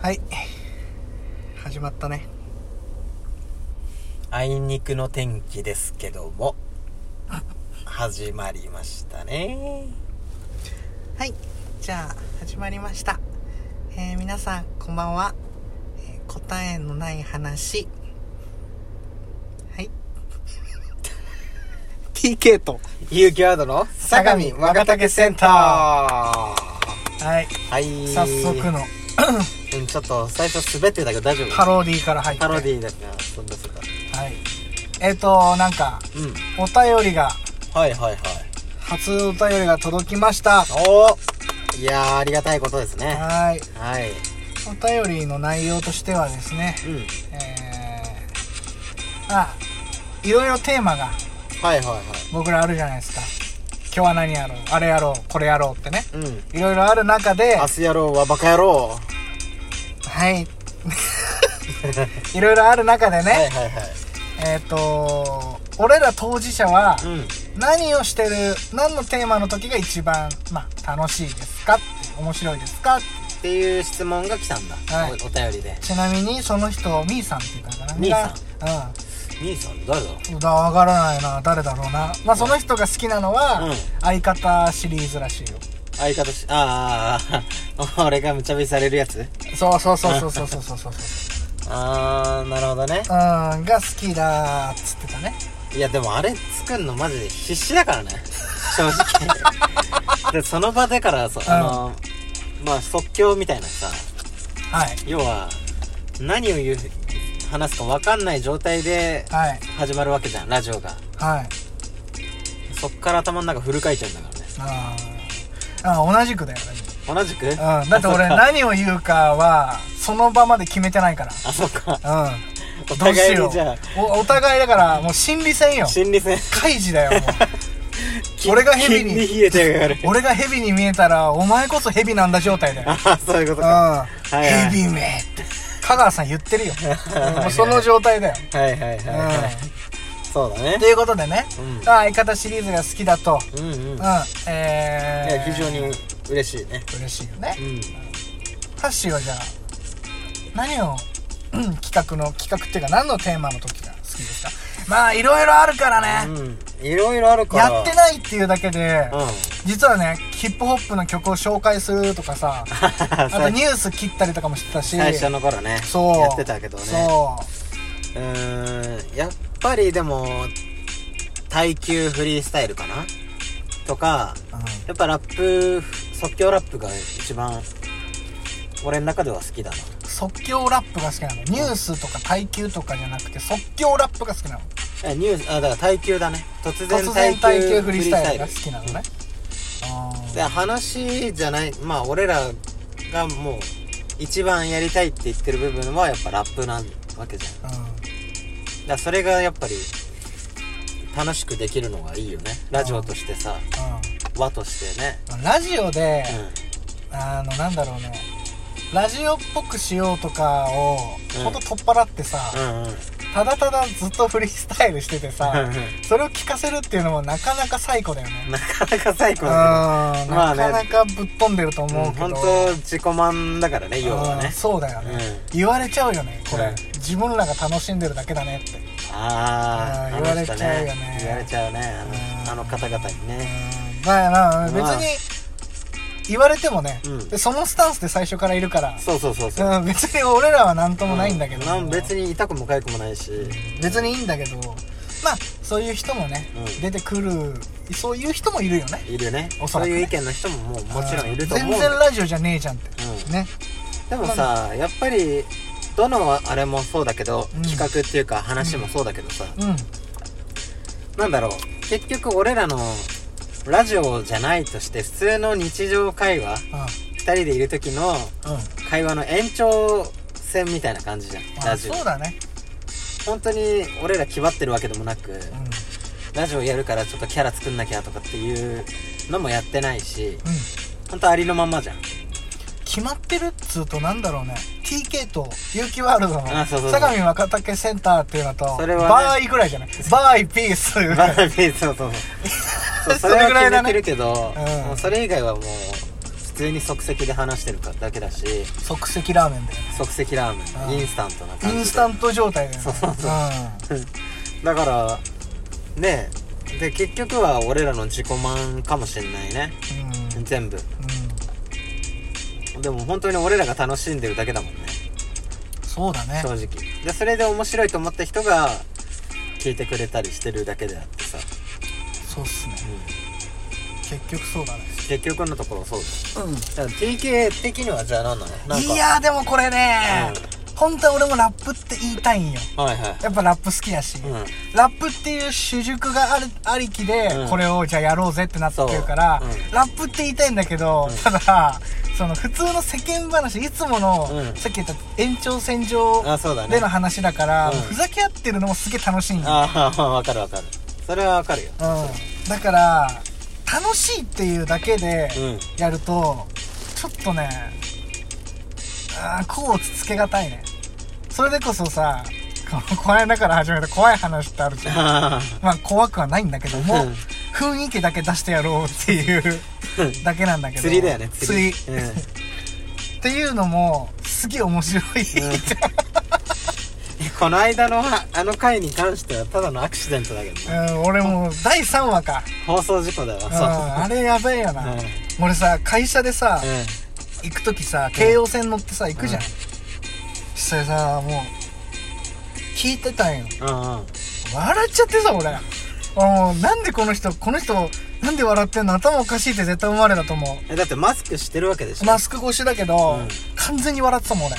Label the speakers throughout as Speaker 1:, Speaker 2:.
Speaker 1: はい始まったね
Speaker 2: あいにくの天気ですけども始まりましたね
Speaker 1: はいじゃあ始まりました、えー皆さんこんばんは、えー答えのない話はい TK と
Speaker 2: 有機ワードの相模若竹センター
Speaker 1: はい
Speaker 2: はい
Speaker 1: 早速の
Speaker 2: うんちょっと最初滑ってたけど大丈夫
Speaker 1: パロディーから入って
Speaker 2: パロディーだからそんなそんな
Speaker 1: はいえっ、となんか
Speaker 2: うん
Speaker 1: お便りが
Speaker 2: はいはいはい
Speaker 1: 初お便りが届きました
Speaker 2: おおいやーありがたいことですね
Speaker 1: はい
Speaker 2: はい
Speaker 1: お便りの内容としてはですね
Speaker 2: うん
Speaker 1: えー、まあいろいろテーマが
Speaker 2: はいはいは
Speaker 1: 僕らあるじゃないですか今日は何やろうあれやろうこれやろうってね
Speaker 2: いうん
Speaker 1: いろいろある中で
Speaker 2: 明日やろうはバカ野 郎
Speaker 1: はい いろいろある中で
Speaker 2: はい
Speaker 1: ね、
Speaker 2: はいはい
Speaker 1: えっ、と俺ら当事者は
Speaker 2: うん
Speaker 1: 何をしてる何のテーマの時が一番、まあ、楽しいですかって面白いですかって
Speaker 2: っていう質問が来たんだ、
Speaker 1: はい
Speaker 2: おお便りで
Speaker 1: ちなみにその人をみーさんって言ったから
Speaker 2: みーさん
Speaker 1: ん
Speaker 2: 兄さん誰だろう
Speaker 1: うんだわからないな誰だろうなまあその人が好きなのは、
Speaker 2: うん
Speaker 1: 相方シリーズらしいよ
Speaker 2: 相方しあーあーあー 俺が無茶ぶりされるやつ
Speaker 1: そうそうそうそうそうそうそうそう
Speaker 2: ああなるほどね
Speaker 1: うんが好きだーっつってたね
Speaker 2: いやでもあれ作るのマジで必死だから ね正直でその場でからさあの、まあ即興みたいなさ
Speaker 1: はい
Speaker 2: 要は何を言う話すか分かんない状態で
Speaker 1: はい
Speaker 2: 始まるわけじゃんラジオが
Speaker 1: はい
Speaker 2: そっから頭の中フル回転だからね
Speaker 1: あーあー同じくだよ
Speaker 2: 同じく、
Speaker 1: ねうんだって 俺何を言うかはその場まで決めてないか
Speaker 2: あそっから
Speaker 1: う
Speaker 2: お
Speaker 1: んどうし
Speaker 2: 互い
Speaker 1: よ
Speaker 2: にじゃ
Speaker 1: うおお互いだからもう心理戦よ
Speaker 2: あ心理戦
Speaker 1: 開示だ よもう俺がヘビに
Speaker 2: 金に冷えてやがる
Speaker 1: 俺がヘビに見えたらお前こそヘビなんだ状態だよ
Speaker 2: ああそういうことか
Speaker 1: うん、
Speaker 2: はいはい
Speaker 1: ヘビメって香川さん言ってるよもうその状態だよ、
Speaker 2: はいはいはい、は
Speaker 1: う
Speaker 2: い、そうだね
Speaker 1: ん、ということでね、
Speaker 2: うん
Speaker 1: 相方シリーズが好きだと
Speaker 2: うんうん
Speaker 1: う
Speaker 2: い
Speaker 1: んえ
Speaker 2: や
Speaker 1: ー、
Speaker 2: 非常に嬉しいね
Speaker 1: 嬉しいよね
Speaker 2: うん
Speaker 1: ハッシーはじゃあ何を、うん、企画の企画っていうか何のテーマの時が好きですかまあいろいろあるからね、
Speaker 2: うんいろいろあるから
Speaker 1: やってないっていうだけで、
Speaker 2: うん
Speaker 1: 実はねヒップホップの曲を紹介するとかさあと
Speaker 2: 最
Speaker 1: ニュース切ったりとかもしてたし
Speaker 2: 最初の頃ね
Speaker 1: そう
Speaker 2: やってたけどね
Speaker 1: そう
Speaker 2: ーんやっぱりでも耐久フリースタイルかなとか
Speaker 1: う、うん
Speaker 2: やっぱラップ即興ラップが一番俺の中では好きだな
Speaker 1: 即興ラップが好きなのニュースとか耐久とかじゃなくて即興ラップが好きなの
Speaker 2: えニュースあだから耐久だね突然
Speaker 1: 突然耐久フリースタイルが
Speaker 2: フ
Speaker 1: 好
Speaker 2: リー
Speaker 1: きなのねあ
Speaker 2: で話じゃないまあ俺らがもう一番やりたいって言ってる部分はやっぱラップなんわけじゃんだか
Speaker 1: ーうん
Speaker 2: らそれがやっぱり楽しくできるのがいいよねラジオとしてさ和としてね
Speaker 1: うんラジオで、
Speaker 2: う
Speaker 1: あのなんだろうねラジオっぽくしようとかを
Speaker 2: うん
Speaker 1: ほんと取っ払ってさ、
Speaker 2: んうんうん
Speaker 1: ただただずっとフリースタイルしててさ
Speaker 2: う
Speaker 1: それを聞かせるっていうのもなかなか最高だよね
Speaker 2: んなかなか最
Speaker 1: うん
Speaker 2: 高だま
Speaker 1: な
Speaker 2: あね
Speaker 1: かなかぶっ飛んでると思
Speaker 2: け
Speaker 1: う
Speaker 2: ど
Speaker 1: けど、
Speaker 2: 本当自己満だからね要は
Speaker 1: うん
Speaker 2: ね
Speaker 1: そうだよ
Speaker 2: う
Speaker 1: ね、
Speaker 2: ん
Speaker 1: 言われちゃうよねこれ、
Speaker 2: うん
Speaker 1: 自分らが楽しんでるだけだねってう
Speaker 2: ああ
Speaker 1: うん言われちゃうよね
Speaker 2: 言われちゃうねあの
Speaker 1: うん
Speaker 2: あの方々にね
Speaker 1: んまあまあ別
Speaker 2: まあ
Speaker 1: に言われてもね、
Speaker 2: うん
Speaker 1: でそのスタンスで最初からいるから、
Speaker 2: そうそうそうそう
Speaker 1: うん、別に俺らは何ともないんだけど、
Speaker 2: うなん別に痛くも痒くもないし
Speaker 1: 別にいいんだけどまあそういう人もね、
Speaker 2: うん
Speaker 1: 出てくるそういう人もいるよね
Speaker 2: いるね
Speaker 1: おそ
Speaker 2: そ
Speaker 1: ら
Speaker 2: う
Speaker 1: くね
Speaker 2: いう意見の人ももうもちろんいると思うんだけ
Speaker 1: 全然
Speaker 2: ど
Speaker 1: ラジオじゃねえじゃんって、
Speaker 2: う
Speaker 1: ね
Speaker 2: でもさやっぱりどのあれもそうだけど、
Speaker 1: うん
Speaker 2: 企画っていうか話もそうだけどさ、
Speaker 1: うん
Speaker 2: なんだろう結局俺らのラジオじゃないとして普通の日常会話
Speaker 1: あ
Speaker 2: 2人でいる時の
Speaker 1: うん
Speaker 2: 会話の延長線みたいな感じじゃん
Speaker 1: ま
Speaker 2: ラ
Speaker 1: あ
Speaker 2: ジオ
Speaker 1: そうだね
Speaker 2: 本当に俺ら気張ってるわけでもなく、
Speaker 1: うんうん
Speaker 2: ラジオやるからちょっとキャラ作んなきゃとかっていうのもやってないし本当ありのまんま じゃん
Speaker 1: 決まってるっつうとなんだろうね TK と有機ワールドの
Speaker 2: あそうそうそう
Speaker 1: 相模若竹センターっていうのと
Speaker 2: それはね
Speaker 1: バーイぐらいじゃないバーイピース
Speaker 2: バ ラピーそうそうそうそうそれ
Speaker 1: それ
Speaker 2: は
Speaker 1: ぐらい
Speaker 2: 決
Speaker 1: だ
Speaker 2: めて
Speaker 1: ね
Speaker 2: るけど、
Speaker 1: うん
Speaker 2: もうそれ以外はもう普通に即席で話してるかだけだし
Speaker 1: 即席ラーメンだよね
Speaker 2: 即席ラーメ
Speaker 1: う
Speaker 2: ン
Speaker 1: ん
Speaker 2: インスタントな感じ
Speaker 1: イ
Speaker 2: で
Speaker 1: ンスタント状態だよね
Speaker 2: そうそうそうんだからねえで結局は俺らの自己満かもしんないね
Speaker 1: うんうん
Speaker 2: 全部でも本当に俺らが楽しんでるだけだもんね
Speaker 1: そうだね
Speaker 2: 正直でそれで面白いと思った人が聞いてくれたりしてるだけであってさ、
Speaker 1: そうっすね結局そうだね
Speaker 2: 結局のところそうだ
Speaker 1: う
Speaker 2: だから TK 的にはじゃあ何なのなんか
Speaker 1: いやーでもこれね本当は俺もラップって言いたいんよ
Speaker 2: はいはい
Speaker 1: やっぱラップ好きやし、
Speaker 2: うん
Speaker 1: ラップっていう主軸があるありきで、
Speaker 2: うん
Speaker 1: これをじゃあやろうぜってなってるから、
Speaker 2: そううん
Speaker 1: ラップって言いたいんだけど、ただその普通の世間話いつもの、
Speaker 2: うん
Speaker 1: さっき言った延長線上
Speaker 2: あそうだね
Speaker 1: での話だから、
Speaker 2: うん
Speaker 1: ふざけ合ってるのもすげえ楽しいんよ、
Speaker 2: ああ分かる分かるそれは分か るよ
Speaker 1: うん、だから楽しいっていうだけで
Speaker 2: うん
Speaker 1: やると、ちょっとねあーこうつつけがたいねそれでこそさこの怖いなから始めた怖い話ってあるじゃん
Speaker 2: あ
Speaker 1: まあ怖くはないんだけども
Speaker 2: うん
Speaker 1: 雰囲気だけ出してやろうっていう
Speaker 2: ー
Speaker 1: だけなんだけど
Speaker 2: 釣りだよね
Speaker 1: 釣り
Speaker 2: うん
Speaker 1: っていうのもすげえ面白い、
Speaker 2: んこの間のああの回に関してはただのアクシデントだけど
Speaker 1: う
Speaker 2: ね
Speaker 1: ん、俺もう第3話か、
Speaker 2: 放送事故だよ
Speaker 1: うん、
Speaker 2: そ
Speaker 1: あれやべえよな、
Speaker 2: うん
Speaker 1: 俺さ会社でさ
Speaker 2: う、うん
Speaker 1: 行く時さ京葉線乗ってさ行くじゃん、
Speaker 2: うん
Speaker 1: それさもう聞いてたんよ
Speaker 2: うんうん
Speaker 1: 笑っちゃってさ俺もうなんでこの人この人なんで笑ってんの頭おかしいって絶対思われたと思
Speaker 2: えだってマスクしてるわけでし
Speaker 1: う
Speaker 2: ょ
Speaker 1: マスク越しだけど、
Speaker 2: うん
Speaker 1: 完全に笑ってたもん俺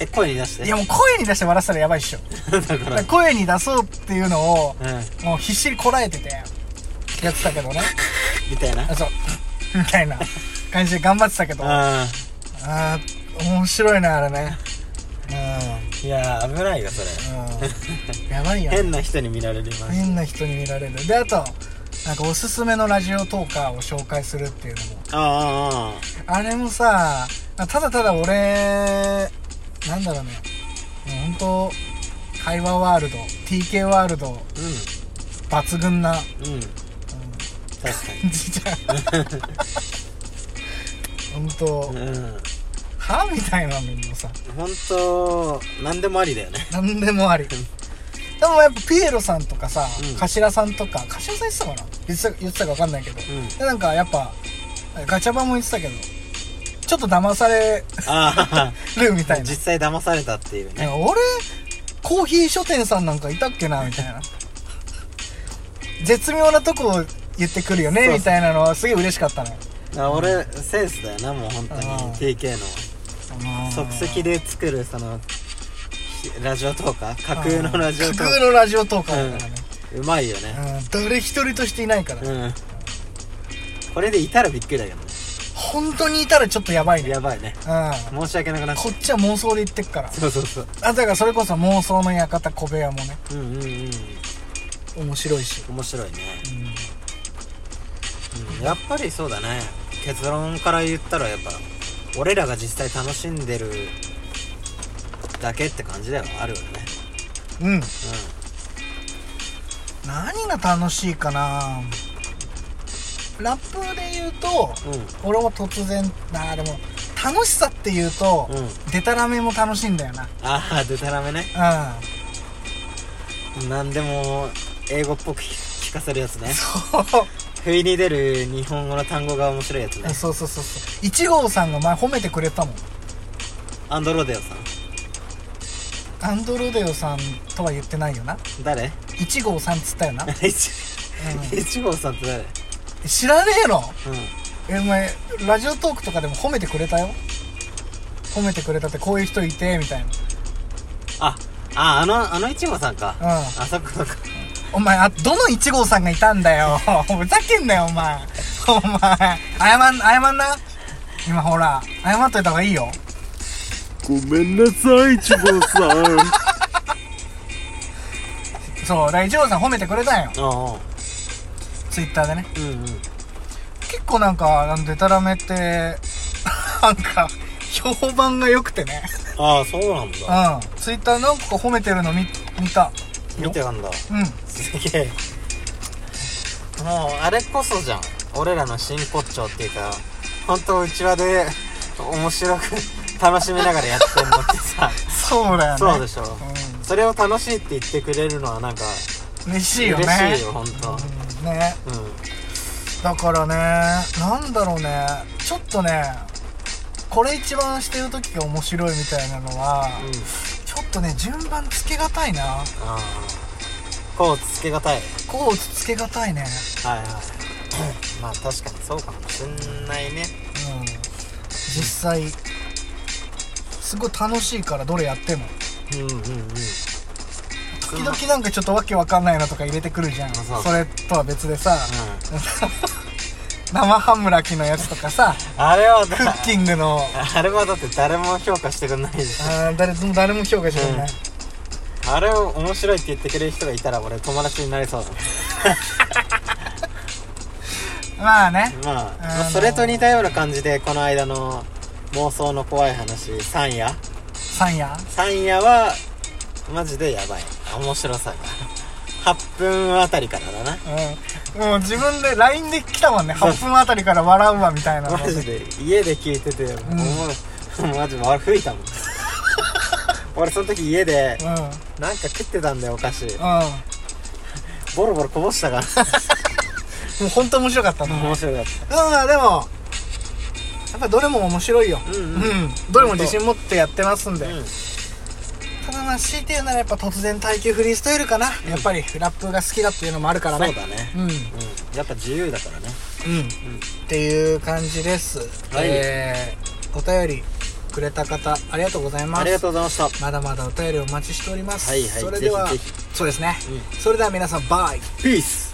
Speaker 2: え声に出して
Speaker 1: いやもう声に出して笑らせたらやばいっしょ。
Speaker 2: だか
Speaker 1: だからら声に出そうっていうのを、
Speaker 2: うん
Speaker 1: もう必死にこらえてて、やってたけどね。
Speaker 2: みたいな
Speaker 1: あそう。みたいな感じで頑張ってたけど。あ
Speaker 2: あ
Speaker 1: あー、面白いな、あれね。
Speaker 2: ーいやー危ないよそれ
Speaker 1: うん。うん。やばいよね。
Speaker 2: 変な人に見られるます
Speaker 1: 変な人に見られる。で、あと、なんかおすすめのラジオトーカーを紹介するっていうのも。
Speaker 2: あー
Speaker 1: あれもさ、ただただ俺、なんだろうね。もう本当会話ワールド、TK ワールド、
Speaker 2: あー
Speaker 1: 抜 群な
Speaker 2: うんうん確か
Speaker 1: じいちゃん本当
Speaker 2: にうん
Speaker 1: 歯みたいなのもさ
Speaker 2: 本当何でもありだ よね
Speaker 1: 何でもありでもやっぱピエロさんとかさ、
Speaker 2: うん
Speaker 1: 頭さんとか頭さん言ってたかな言ってた言ってたか分かんないけど、
Speaker 2: ん
Speaker 1: でなんかやっぱガチャバも言ってたけどちょっと騙され
Speaker 2: あ
Speaker 1: るみた
Speaker 2: あ
Speaker 1: いな
Speaker 2: 実際騙されたっていう
Speaker 1: い
Speaker 2: ね
Speaker 1: や俺コーヒー書店さんなんかいたっけなみたいな絶妙なとこを言ってくるよ
Speaker 2: そ
Speaker 1: ね
Speaker 2: うそう
Speaker 1: みたいなのはすげえ嬉しかったのよ
Speaker 2: あ俺センスだよなもう本当に
Speaker 1: うん
Speaker 2: TK の即席で作るそのひラジオとか架空のラジオと
Speaker 1: 架
Speaker 2: か
Speaker 1: 空のラジオトーカーだからね、
Speaker 2: うまいよね
Speaker 1: うん誰一人としていないから、
Speaker 2: うんこれでいたらびっくりだけどね
Speaker 1: 本当にいたらちょっとやばいね、
Speaker 2: やばいね
Speaker 1: うん、
Speaker 2: 申し訳なくなっちゃ
Speaker 1: こっちは妄想で言ってっから
Speaker 2: うそうそうそう
Speaker 1: あだからそれこそ妄想の館小部屋もね
Speaker 2: うんうんうん
Speaker 1: 面白いし、
Speaker 2: 面白いね、
Speaker 1: うん、
Speaker 2: うん、やっぱりそうだね結論から言ったらやっぱ俺らが実際楽しんでるだけって感じではあるよね
Speaker 1: うん、何が楽しいかなラップで言うと俺も突然あーでも楽しさって言うと、
Speaker 2: うんうんうん
Speaker 1: デタラメも楽しいんだよな
Speaker 2: ああでたらめね
Speaker 1: う
Speaker 2: 何でも英語っぽく聞かせるやつね
Speaker 1: んそう
Speaker 2: 不意に出る日本語の単語が面白いやつね
Speaker 1: そうそうそうそう1号さんが前褒めてくれたもん
Speaker 2: アンドロデオさん
Speaker 1: アンドロデオさんとは言ってないよな
Speaker 2: 誰
Speaker 1: 1号さんっつったよな、う
Speaker 2: 一
Speaker 1: ん
Speaker 2: 一号さんって誰
Speaker 1: 知らねえの
Speaker 2: うん
Speaker 1: えお前ラジオトークとかでも褒めてくれたよ褒めてくれたってこういう人いてみたい
Speaker 2: あああのあの一号さんか
Speaker 1: なうん
Speaker 2: あそっかそっか
Speaker 1: お前あどの1号さんがいたんだよ ふざけんなよお前 お前謝ん謝んな今ほら謝っといた方がいいよ
Speaker 2: ごめんなさい一号さん
Speaker 1: そうだから1号さん褒めてくれたんよ
Speaker 2: ああ
Speaker 1: ツイッターでね
Speaker 2: うんうん
Speaker 1: 結構なんかあのデタラメって なんか評判が良くてね
Speaker 2: ああそうなんだ
Speaker 1: うんツイッターなんか褒めてるの見見た
Speaker 2: 見てたんだ
Speaker 1: うん
Speaker 2: すげえもうあれこそじゃん俺らの真骨頂っていうか本当うちわで面白く楽しみながらやってんのって さ
Speaker 1: そうだよね
Speaker 2: そうでしょ
Speaker 1: う
Speaker 2: それを楽しいって言ってくれるのはなんか
Speaker 1: ん、嬉しいよね
Speaker 2: 嬉しいよ本当
Speaker 1: うんね
Speaker 2: う
Speaker 1: だからねなんだろうねちょっとねこれ一番してる時が面白いみたいなのは、
Speaker 2: んうん
Speaker 1: ちょっとね順番つけがたいな
Speaker 2: あーこうつけがたい
Speaker 1: こうつけがたいね
Speaker 2: はいはいまあ確かにそうかもしんないね
Speaker 1: うん実際すごい楽しいからどれやっても
Speaker 2: うんうんうん
Speaker 1: 時々なんかちょっとわけわかんないのとか入れてくるじゃん
Speaker 2: そう
Speaker 1: それとは別でさ、生ハムラキのやつとかさ
Speaker 2: あれはだ
Speaker 1: クッキングの
Speaker 2: あれはだって誰も評価してくんないでしょ
Speaker 1: あー誰も誰も評価してくれない、
Speaker 2: あれを面白いって言ってくれる人がいたら俺友達になりそうだ
Speaker 1: まあね
Speaker 2: まあ、ま
Speaker 1: あ
Speaker 2: あ
Speaker 1: の
Speaker 2: それと似たような感じでこの間の妄想の怖い話三夜
Speaker 1: 三夜
Speaker 2: 三夜はマジでやばい面白さが8分あたりからだな
Speaker 1: うんもう自分で LINE で来たもんね8分あたりから笑うわみたいなの
Speaker 2: マジで家で聞いてて、
Speaker 1: ん
Speaker 2: もうマジで悪いたもん 俺その時家で
Speaker 1: うんうん
Speaker 2: なんか食ってたんだよお菓子ボロボロこぼしたから
Speaker 1: もう本当面白かったな、
Speaker 2: 面白かっ
Speaker 1: うんでもやっぱどれも面白いよ
Speaker 2: たうん
Speaker 1: う
Speaker 2: うん、
Speaker 1: ん、どれも自信持ってやってますんで、
Speaker 2: うん
Speaker 1: ただまあ強いて言うならやっぱ突然耐久フリースタイルかな、やっぱりラップが好きだっていうのもあるから
Speaker 2: そう
Speaker 1: ね
Speaker 2: だね、
Speaker 1: うんうん
Speaker 2: うん、やっぱ自由だからね
Speaker 1: っていう感じです、
Speaker 2: はい
Speaker 1: えーお便りくれた方ありがとうございます
Speaker 2: ありがとうございました
Speaker 1: まだまだお便りお待ちしております、
Speaker 2: はいはい
Speaker 1: それでは
Speaker 2: ぜひぜ
Speaker 1: そうですね、
Speaker 2: う
Speaker 1: それでは皆さんバイ
Speaker 2: ピース